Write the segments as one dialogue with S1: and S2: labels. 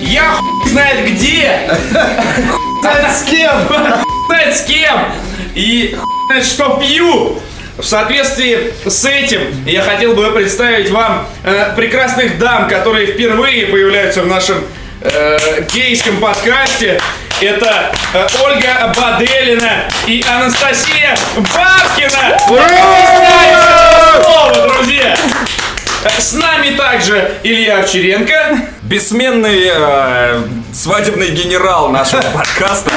S1: Я хуй знает где,
S2: Знает с кем?
S1: хуй знает с кем и хуй знает что пью. В соответствии с этим я хотел бы представить вам э, прекрасных дам, которые впервые появляются в нашем э, гейском подкасте. Это э, Ольга Баделина и Анастасия Бабкина. Представьте слово, друзья! С нами также Илья Овчаренко.
S3: Бессменный э, свадебный генерал нашего подкаста,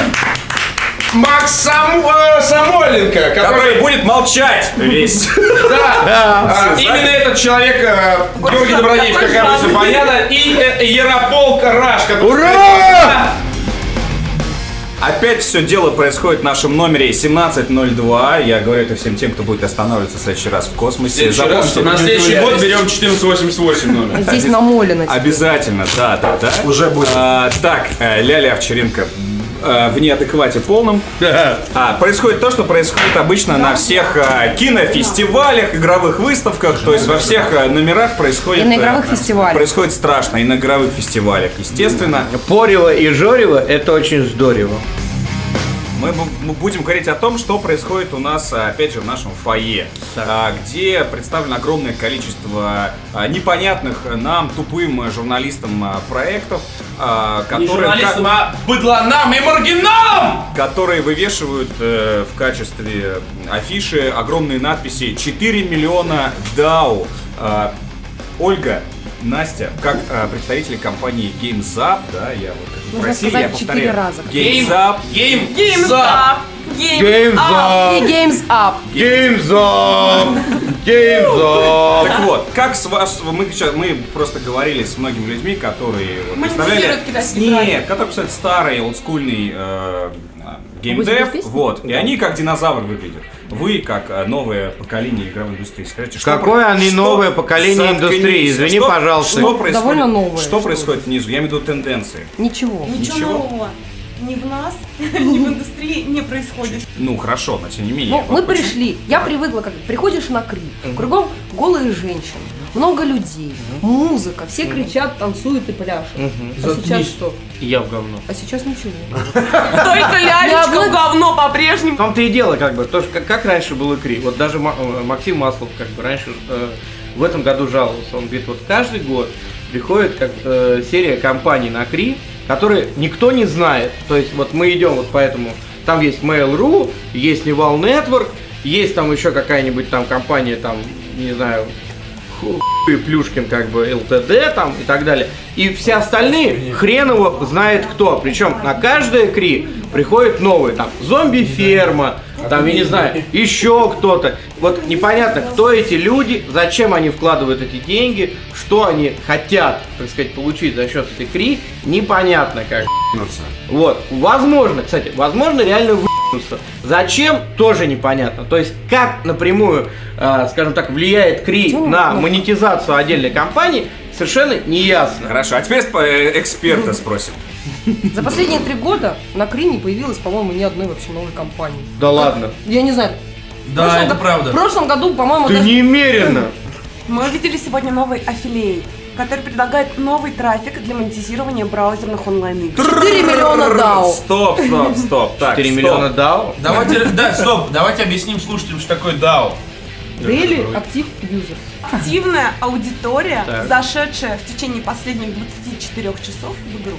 S1: Макс Сам- э, Самойленко, который
S3: который будет молчать весь.
S1: Да, а,
S3: Всё,
S1: именно
S3: да?
S1: этот человек, э, Георгий Добродеев, как обычно, понятно, и э, Ярополк Раш, который...
S2: Ура!
S3: Опять все дело происходит в нашем номере 1702. Я говорю это всем тем, кто будет останавливаться в следующий раз в
S1: В
S3: космосе.
S1: следующий раз,
S3: Запомните,
S1: на следующий год берем 1488 номер.
S4: Здесь намолено.
S1: А,
S3: Обязательно, да, да, да.
S2: Уже будет.
S3: А, так, э, Ляля Овчаренко э, в неадеквате полном. А, происходит то, что происходит обычно на всех э, кинофестивалях, игровых выставках, то есть во всех э, номерах происходит...
S4: И на игровых
S3: э,
S4: фестивалях.
S3: Происходит страшно, и на игровых фестивалях, естественно.
S5: Порево и жорево это очень здорово.
S3: Мы, бу- мы будем говорить о том, что происходит у нас, а, опять же, в нашем фойе, а, где представлено огромное количество а, непонятных нам, тупым э, журналистам а, проектов, а,
S1: Не
S3: которые...
S1: журналистам, а быдланам и маргиналам!
S3: которые вывешивают э, в качестве афиши огромные надписи 4 миллиона DAO. Э, Ольга, Настя, как э, представители компании GameZap, да, я вот как
S4: Нужно
S3: просили, я
S4: сказать четыре
S3: повторяю.
S4: раза.
S3: GameZap,
S1: Гейм,
S6: Геймзап! Геймзап!
S4: И Games Up.
S2: Геймзон! Геймзон!
S3: Так вот, как с вас, мы, сейчас- мы просто говорили с многими людьми, которые вот, представляли,
S6: Монетизируют китайский
S3: нет,
S6: бренд.
S3: которые представляют старый олдскульный э, геймдев,
S4: Будет песня?
S3: вот, и они как динозавр выглядят. Вы как э, новое поколение игровой индустрии, скажите, что
S5: Какое
S3: про-
S5: они
S3: что-
S5: новое поколение
S3: Заткнись.
S5: индустрии, извини,
S3: Что-
S5: пожалуйста.
S3: Что происходит?
S4: Довольно новое.
S3: Что происходит внизу? Я имею в виду тенденции.
S4: Ничего.
S6: Ничего
S3: Ничего.
S6: нового ни в нас, ни в индустрии не происходит.
S3: Ну хорошо, но тем не менее.
S4: Ну,
S3: вот
S4: мы
S3: почему-
S4: пришли. Я привыкла, как приходишь на крик, кругом голые женщины, много людей, музыка, все кричат, танцуют и пляшут. А сейчас
S5: Заткнись.
S4: что?
S5: Я в говно.
S4: А сейчас ничего.
S6: Только
S4: Я
S6: лялечка
S4: бы-
S6: в говно по-прежнему.
S5: В том-то и дело, как бы, то, что, как, как раньше был икри. Вот даже Ма- э, Максим Маслов, как бы, раньше, э, в этом году жаловался. Он говорит, вот каждый год приходит как э, серия компаний на кри, которые никто не знает. То есть, вот мы идем вот по этому, там есть Mail.ru, есть Neval Network, есть там еще какая-нибудь там компания, там, не знаю, Ху- и Плюшкин, как бы, ЛТД там и так далее. И все остальные хреново знает кто. Причем на каждое кри приходит новый, там, зомби-ферма, там, я не знаю, еще кто-то. Вот непонятно, кто эти люди, зачем они вкладывают эти деньги, что они хотят, так сказать, получить за счет этой кри, непонятно как. Вот, возможно, кстати, возможно реально вы***нуться. Зачем, тоже непонятно. То есть, как напрямую, э, скажем так, влияет КРИ
S4: Почему?
S5: на
S4: Ну.
S5: монетизацию отдельной компании, совершенно неясно.
S3: Хорошо, а теперь сп- э, эксперта
S4: Ну,
S3: спросим.
S4: За последние три года на Кри не появилось, по-моему, ни одной вообще новой компании.
S5: Да ладно.
S4: Я не знаю. в
S1: Да,
S4: прошлом
S1: это
S4: го-
S1: правда.
S4: В прошлом году, по-моему,
S5: Ты
S4: даже...
S5: немеренно.
S6: Мы увидели сегодня новый аффилейт, который предлагает новый трафик для монетизирования браузерных онлайн-игр.
S4: 4 миллиона дау.
S3: Стоп, стоп, стоп. Так,
S5: 4
S3: стоп.
S5: миллиона дау.
S1: Давайте, да, стоп, давайте объясним слушателям, что такое DAO.
S4: Daily Active Users.
S6: Активная аудитория,
S5: Так.
S6: зашедшая в течение последних 24 часов в игру.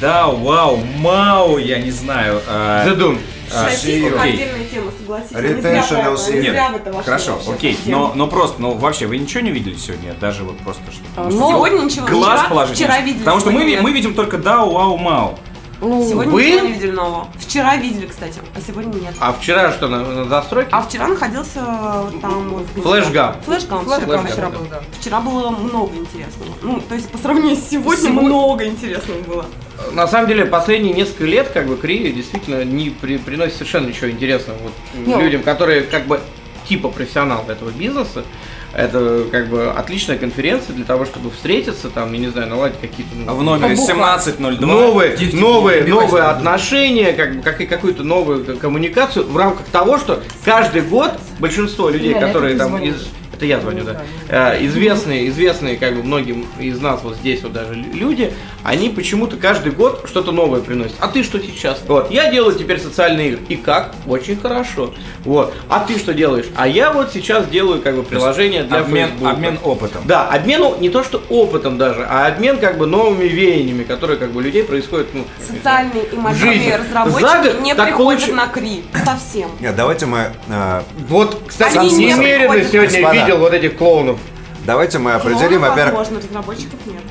S3: Да, вау, мау, я не знаю. э,
S5: Задум.
S3: А,
S6: Статистика
S3: окей.
S6: отдельная тема, согласитесь. Не
S2: Retention
S6: зря вы это- не
S2: LCD.
S6: зря вы это вошли
S3: Хорошо,
S6: вообще в
S3: окей.
S6: эту
S3: Но,
S6: тему.
S3: но просто, ну вообще, вы ничего не видели сегодня, даже вот просто что.
S4: А,
S3: Может,
S4: ну,
S6: Сегодня ничего
S3: Глаз
S6: вчера-
S3: положить.
S6: Вчера видели.
S3: Потому что мы,
S6: сегодня
S3: ви-
S6: нет.
S3: мы видим только дау, вау, мау.
S4: Ну,
S6: Сегодня
S5: Вы?
S6: ничего не видели нового. Вчера видели, кстати, а сегодня нет.
S5: А вчера что, на, на застройке?
S6: А вчера находился э, там... вот,
S5: Флэшгам.
S6: Флэшгам.
S4: флешка
S6: вчера
S5: Флэшгам.
S6: был.
S4: вчера был, да.
S6: Вчера было много интересного. Ну, то есть по сравнению с сегодня много интересного было.
S5: На самом деле, последние несколько лет, как бы, Кри действительно не при- приносит совершенно ничего интересного вот, м,
S4: Не, он-
S5: людям, которые, как бы, типа профессионал этого бизнеса. Это, как бы, отличная конференция для того, чтобы встретиться, там, я не знаю, наладить какие-то... ну,
S3: В номере
S4: Побухать.
S3: 1702.
S5: новые,
S1: Девки,
S5: новые,
S1: не убивайся,
S5: новые
S1: ладно.
S5: отношения, как бы как и какую-то новую к- коммуникацию в рамках того, что каждый год большинство людей,
S4: Реально, это
S5: которые
S4: ты
S5: там
S4: звонишь.
S5: из- это я звоню,
S4: Ну
S5: да.
S4: да,
S5: Э, Известные, известные, как бы многим из нас вот здесь вот даже лю- люди, они почему-то каждый год что-то новое приносят. А ты что сейчас? Вот, я делаю теперь социальные игры. И как? Очень хорошо. Вот. А ты что делаешь? А я вот сейчас делаю как бы приложение для
S3: Обмен,
S5: Фейсбука.
S3: обмен опытом.
S5: Да, обмен о- не то что опытом даже, а обмен как бы новыми веяниями, которые как бы у людей происходят. Ну,
S6: Социальные и
S5: жизни.
S6: мобильные
S5: За год
S6: разработчики не
S5: так
S6: приходят
S5: лучше-
S6: на КРИ. Совсем.
S7: Нет, давайте мы, э,
S2: Вот, кстати,
S6: Они не
S2: немерено
S6: приходят.
S2: сегодня
S7: Господа.
S2: видел вот этих клоунов.
S7: давайте мы определим,
S6: Клонов,
S7: во-первых,
S6: Возможно, разработчиков нет.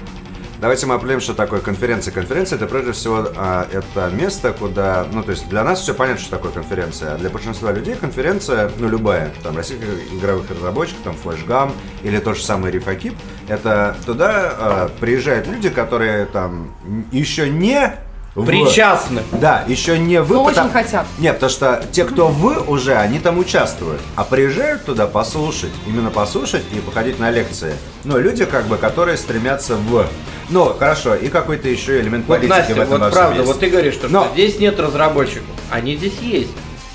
S7: Давайте мы определим, что такое конференция. Конференция это прежде всего а, это место, куда, ну то есть для нас все понятно, что такое конференция, а для большинства людей конференция, ну любая, там российских игровых разработчиков, там флешгам или тот же самый Рифакип, это туда а, приезжают люди, которые там н- еще не в-
S5: причастны.
S7: Да, еще не вы.
S6: Ну,
S4: Но
S7: пота-
S4: очень хотят.
S7: Нет, потому что те, кто вы уже, они там участвуют, а приезжают туда послушать, именно послушать и походить на лекции. Ну, люди, как бы, которые стремятся в... Ну, хорошо, и какой-то еще элемент
S5: Вот,
S7: политики
S5: Настя,
S7: в этом
S5: вот
S7: во всем
S5: правда,
S7: есть.
S5: вот ты говоришь, что,
S7: Но-
S5: что здесь нет разработчиков. Они здесь есть.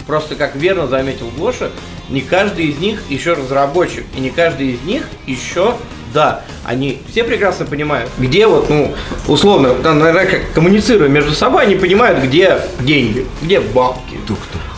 S5: Просто, как верно заметил Гоша, не каждый из них еще разработчик. И не каждый из них еще да, они все прекрасно понимают, где вот, ну, условно, там, наверное, как коммуницируя между собой, они понимают, где деньги, где бабки.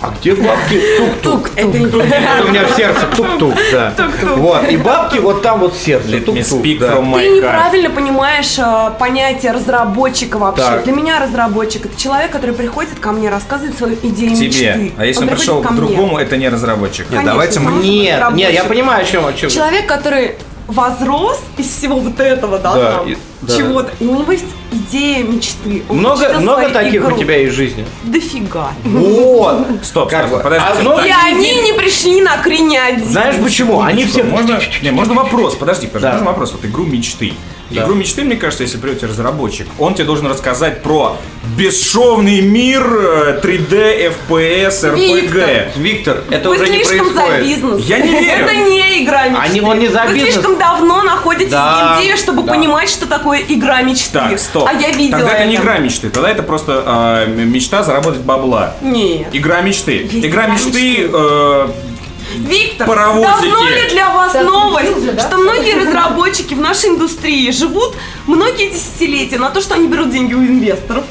S5: А где бабки? Тук-тук.
S4: Ну,
S5: Это у меня в сердце тук-тук, да. Вот, и бабки вот там вот в сердце.
S3: Let me
S5: Тук-тук,
S3: speak
S5: да.
S3: from my
S6: Ты
S3: heart.
S6: неправильно понимаешь э, понятие разработчика вообще.
S5: Так.
S6: Для меня разработчик это человек, который приходит ко мне, рассказывает свою идею
S3: К тебе.
S6: мечты.
S3: А если он
S6: приходит
S3: пришел
S6: ко
S3: к
S6: мне.
S3: другому, это не разработчик.
S7: Нет,
S6: Конечно,
S7: давайте мы-
S6: сам
S5: Нет, нет, я
S6: разработчик.
S5: понимаю, о чем, о чем.
S6: Человек, который возрос из всего вот этого, да,
S5: Да,
S6: там,
S5: и- да,
S6: чего-то. И у него есть идея мечты. Он
S5: Много,
S6: мечтал
S5: много
S6: свою
S5: таких
S6: игру.
S5: у тебя есть в жизни.
S6: Дофига.
S5: Вот. а
S3: Стоп,
S5: Как
S3: стоп,
S5: бы.
S7: а
S3: подожди.
S5: Одно-
S6: И они не пришли на Кры ни один.
S5: Знаешь почему? Они все...
S3: Можно, не, можно вопрос, подожди, подожди,
S5: Да.
S3: можно вопрос, вот игру мечты.
S5: Да.
S3: Игру мечты, мне кажется, если придете разработчик, он тебе должен рассказать про бесшовный мир э, 3D, FPS, RPG.
S5: Виктор, это
S6: Вы
S5: уже не
S6: слишком за
S5: происходит.
S6: бизнес.
S3: Я не верю.
S6: Это не игра мечты.
S5: Они- он не за
S6: Вы
S5: бизнес.
S6: слишком давно находитесь
S5: Да,
S6: в Индии, чтобы
S5: да.
S6: понимать, что такое игра мечты.
S3: Так, стоп.
S6: А я видела
S3: Тогда это не
S6: это.
S3: игра мечты, тогда это просто э, м- мечта заработать бабла.
S6: Нет.
S3: Игра мечты.
S6: Есть
S3: игра
S6: игра
S3: мечты,
S6: мечты.
S3: э,
S6: Виктор,
S3: Паровозики.
S6: давно ли для вас
S4: Так,
S6: новость,
S4: же, да?
S6: что многие разработчики в нашей индустрии живут многие десятилетия на то, что они берут деньги у инвесторов,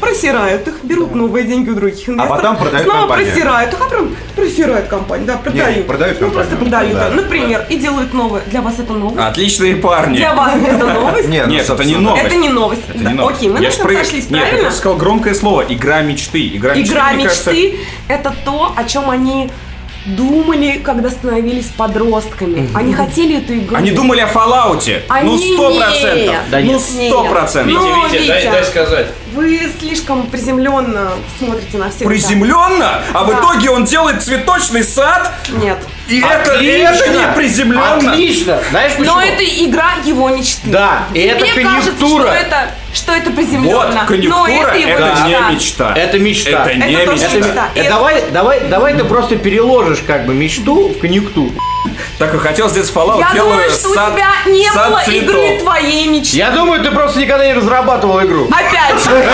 S6: просирают их, берут новые деньги у
S3: А
S6: других инвесторов,
S7: потом продают
S6: снова
S7: компанию.
S6: просирают их, а потом просирают компанию, да, продают.
S7: продают
S6: ну, просто
S7: компанию,
S6: продают, да.
S7: да.
S6: например, и делают новые. Для вас это новость?
S3: отличные парни.
S6: Для вас это новость?
S7: Не, ну,
S3: А, Нет, это не
S7: собственно,
S3: новость.
S6: Это не новость.
S3: Это
S6: Да,
S3: не новость.
S6: Окей, мы
S3: Я
S6: на
S3: ж
S6: этом
S3: про- Нет,
S6: сошлись,
S3: я
S6: правильно?
S3: просто сказал громкое слово. Игра мечты. Игра мечты,
S6: Игра
S3: мне кажется,
S6: мечты – это то, о чем они думали, когда становились подростками. Они хотели эту игру.
S3: Они думали о Фоллауте. Ну,
S6: Они
S3: сто
S6: не.
S3: процентов.
S5: Да
S3: Ну,
S5: нет.
S3: сто процентов.
S6: Ну, Витя,
S5: сказать.
S6: вы слишком приземленно смотрите на все.
S3: Приземленно, а в
S6: Да.
S3: итоге он делает цветочный сад,
S6: это. Нет.
S3: и это, и это не приземленно.
S5: Отлично. Знаешь почему?
S6: Но это игра его мечты.
S5: Да, и
S6: Тебе
S5: это
S6: кажется,
S5: конъюнктура.
S6: что это, что это
S3: Вот,
S6: приземленно. но
S3: конъюнктура,
S6: это его
S3: это
S6: мечта.
S3: не мечта.
S5: Это мечта.
S3: Это не
S6: Это тоже
S3: мечта.
S6: мечта.
S5: Э,
S6: Это-
S5: Давай, давай, давай ты просто переложишь как бы мечту в конъюнктуру.
S3: Так и хотел здесь Fallout.
S6: Я
S3: делаю
S6: думаю, что
S3: сад-
S6: у тебя не
S3: сад
S6: было
S3: цветов.
S6: игры твоей мечты.
S5: Я думаю, ты просто никогда не разрабатывал игру.
S6: Опять же.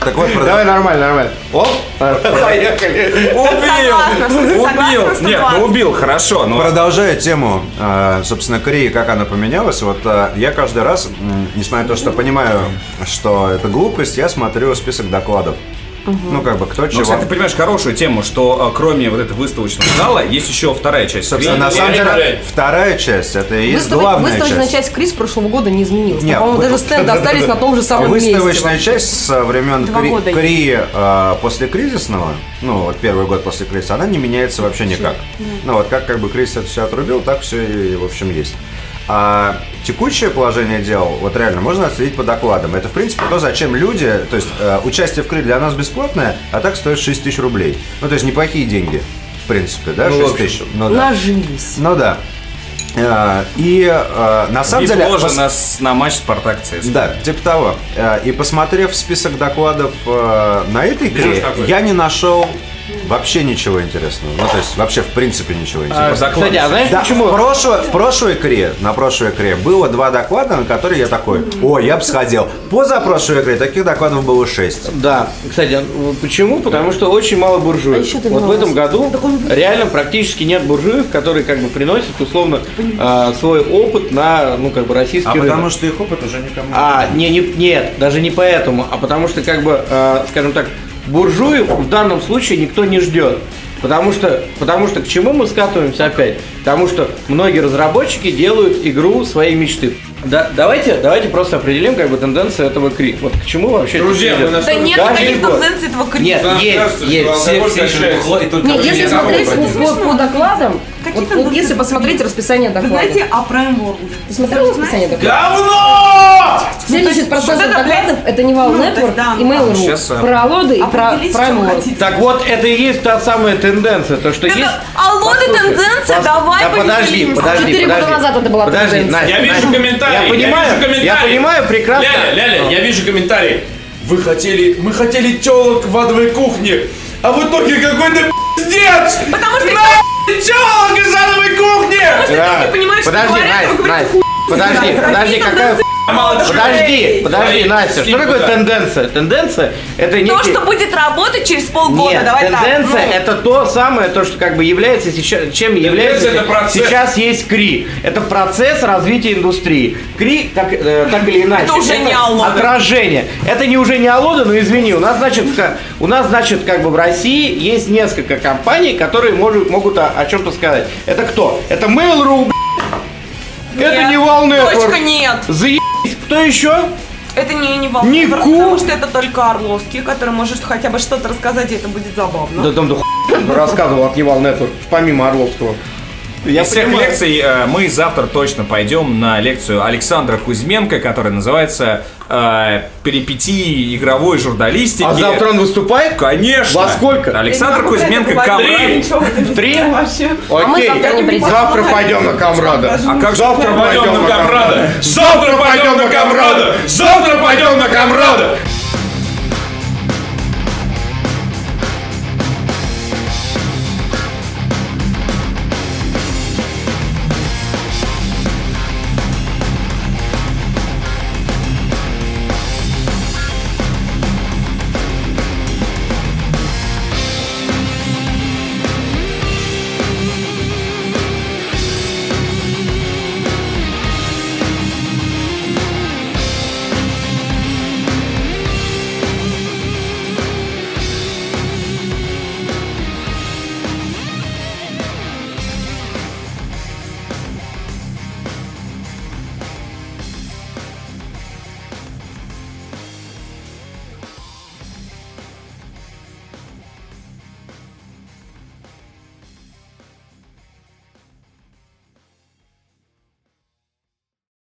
S7: Так вот, прода-
S5: Давай нормально, нормально. Оп,
S3: Типа
S5: поехали.
S6: Согласна, в смысле,
S3: Убил!
S6: согласна,
S3: Убил! Нет,
S6: согласна.
S3: ну убил, хорошо, но...
S7: Продолжая тему, э, собственно, Кореи, как она поменялась, вот э, я каждый раз, м, несмотря на то, что понимаю, что это глупость, я смотрю список докладов. Ну, как бы, кто
S3: Ну,
S7: чего.
S3: кстати, ты понимаешь хорошую тему, что э, кроме вот этого выставочного зала, есть еще вторая часть.
S7: Собственно, на самом деле, вторая часть, это и есть
S4: Выставо-
S7: главная
S4: Выставочная
S7: часть.
S4: часть Крис прошлого года не изменилась.
S7: Нет,
S4: По-моему,
S7: вы- А
S4: даже стенды остались на том же самом месте.
S7: Выставочная часть со времен
S6: Два
S7: Кри-
S6: года
S7: Кри э, после кризисного, ну вот первый год после кризиса, она не меняется вообще никак. Ну вот как как бы кризис это все отрубил, так все и в общем есть. А текущее положение дел, вот реально, можно отследить по докладам. Это, в принципе, то, зачем люди... То есть, э, участие в КРИ для нас бесплатное, а так стоит 6 тысяч рублей. Ну, то есть, неплохие деньги, в принципе, да, 6 тысяч. Ну, да.
S4: Нажились.
S7: Ну, да. Э, И э, на самом
S3: И
S7: деле...
S3: положено
S7: пос-
S3: с- на матч Спартак ЦСКА.
S7: да, типа того. Э, И посмотрев список докладов э, на этой игре, я не нашел Вообще ничего интересного. Ну, то есть, вообще, в принципе, ничего интересного.
S5: Кстати, а знаешь
S7: Да,
S5: почему?
S7: В, прошло- в прошлой игре, на прошлой игре было два доклада, на которые я такой, о, я бы сходил. Позапрошлой игре таких докладов было шесть.
S5: Да, кстати, а, почему? Потому что очень мало буржуев.
S4: А еще ты
S5: вот в
S4: виноват.
S5: этом году
S4: Так он будет.
S5: реально практически нет буржуев, которые как бы приносят условно а, свой опыт на, ну как бы российский
S7: А
S5: рынок.
S7: потому что их опыт уже никому
S5: А, не, не, нет, даже не поэтому, а потому что, как бы, э, скажем так, буржуев в данном случае никто не ждет. Потому что, потому что к чему мы скатываемся опять? Потому что многие разработчики делают игру своей мечты. Да, давайте, давайте просто определим как бы тенденцию этого кри. Вот к чему вообще это
S1: Друзья,
S5: идет?
S1: мы на
S6: Да нет
S5: Да,
S6: никаких
S5: через год.
S6: тенденций этого крика.
S5: Нет,
S1: Вам
S5: есть,
S1: кажется, что
S5: есть. Все-
S1: алкоголь
S5: все-
S1: качает?
S4: Нет, если смотреть
S6: кого
S4: вот
S6: поднимешь?
S4: по, по докладам,
S6: Какие
S4: вот-
S6: там
S4: вот
S6: будут
S4: если
S6: цифры?
S4: посмотреть расписание
S6: Вы
S4: докладов.
S6: знаете а о Prime World?
S4: Ты смотрела расписание докладов?
S1: Говно!
S4: 70%
S6: что это, блядь?
S4: докладов это не Wow
S6: Ну,
S4: Network
S6: тогда,
S4: и
S6: ну,
S3: сейчас,
S4: Mail.ru.
S3: э,
S4: Про лоды и про
S6: Определись,
S4: про
S6: что вы
S4: Mail.ru.
S6: хотите.
S5: Так вот, это и есть та самая тенденция, то, что
S6: Это-
S5: есть...
S6: а лоды
S5: Послушай,
S6: тенденция,
S4: а
S5: пос-
S6: давай
S5: да подожди,
S6: повеселимся.
S5: подожди,
S4: Четыре года
S5: подожди.
S4: назад это была
S5: Подожди,
S4: тенденция.
S5: Настя,
S1: Я вижу
S5: Настя,
S1: комментарии,
S5: Я
S1: я
S5: понимаю,
S1: вижу комментарии.
S5: я понимаю прекрасно.
S1: Ляля, Ляля, я вижу комментарий. Вы хотели, мы хотели телок в адовой кухне, а в итоге какой-то пиздец!
S6: Потому что
S1: Телок из адовой кухни!
S5: Да.
S6: ты не понимаешь, что
S5: подожди,
S6: говорят,
S5: Настя,
S6: вы говорите,
S5: Настя, подожди, подожди, какая...
S1: Молодцы.
S5: Подожди, подожди,
S1: Эй,
S5: Настя, что
S1: Стив,
S5: такое
S1: да.
S5: тенденция? Тенденция – это некий...
S6: то, что будет работать через полгода,
S5: Нет,
S6: Ну, давай так.
S5: тенденция
S6: ну.
S5: это то самое, то, что как бы является сейчас, чем является
S1: это процесс.
S5: сейчас есть КРИ. Это процесс развития индустрии. КРИ, как, э, так или иначе,
S6: Это уже не Алода.
S5: отражение. Это не уже не Алода, но извини, у нас, значит, ка- у нас, значит, как бы в России есть несколько компаний, которые может, могут о, чем-то сказать. Это кто? Это Mail.ru, блядь. Это
S6: Ну, Нет.
S5: не Волнетворк.
S6: Точка нет.
S5: Заебись. Кто еще?
S6: Это не, не волнует.
S5: Нику.
S6: Потому что это только Орловский, который может хотя бы что-то рассказать, и это будет забавно.
S5: Да там да хуй рассказывал от Невал Network, помимо Орловского. Я
S3: Из всех
S5: понимаю.
S3: лекций э, мы завтра точно пойдем на лекцию Александра Кузьменко, которая называется э, «Перипетии игровой журналистики».
S5: А завтра он выступает?
S3: Конечно!
S5: Во сколько?
S3: Александр Кузьменко, Камрад.
S6: В
S5: три?
S6: вообще.
S5: Окей,
S4: А завтра не придем.
S5: завтра пойдем на Камрада.
S3: А как же
S5: Завтра
S1: Пойдем на Камрада! Завтра пойдем на Камрада! Завтра пойдем на Камрада!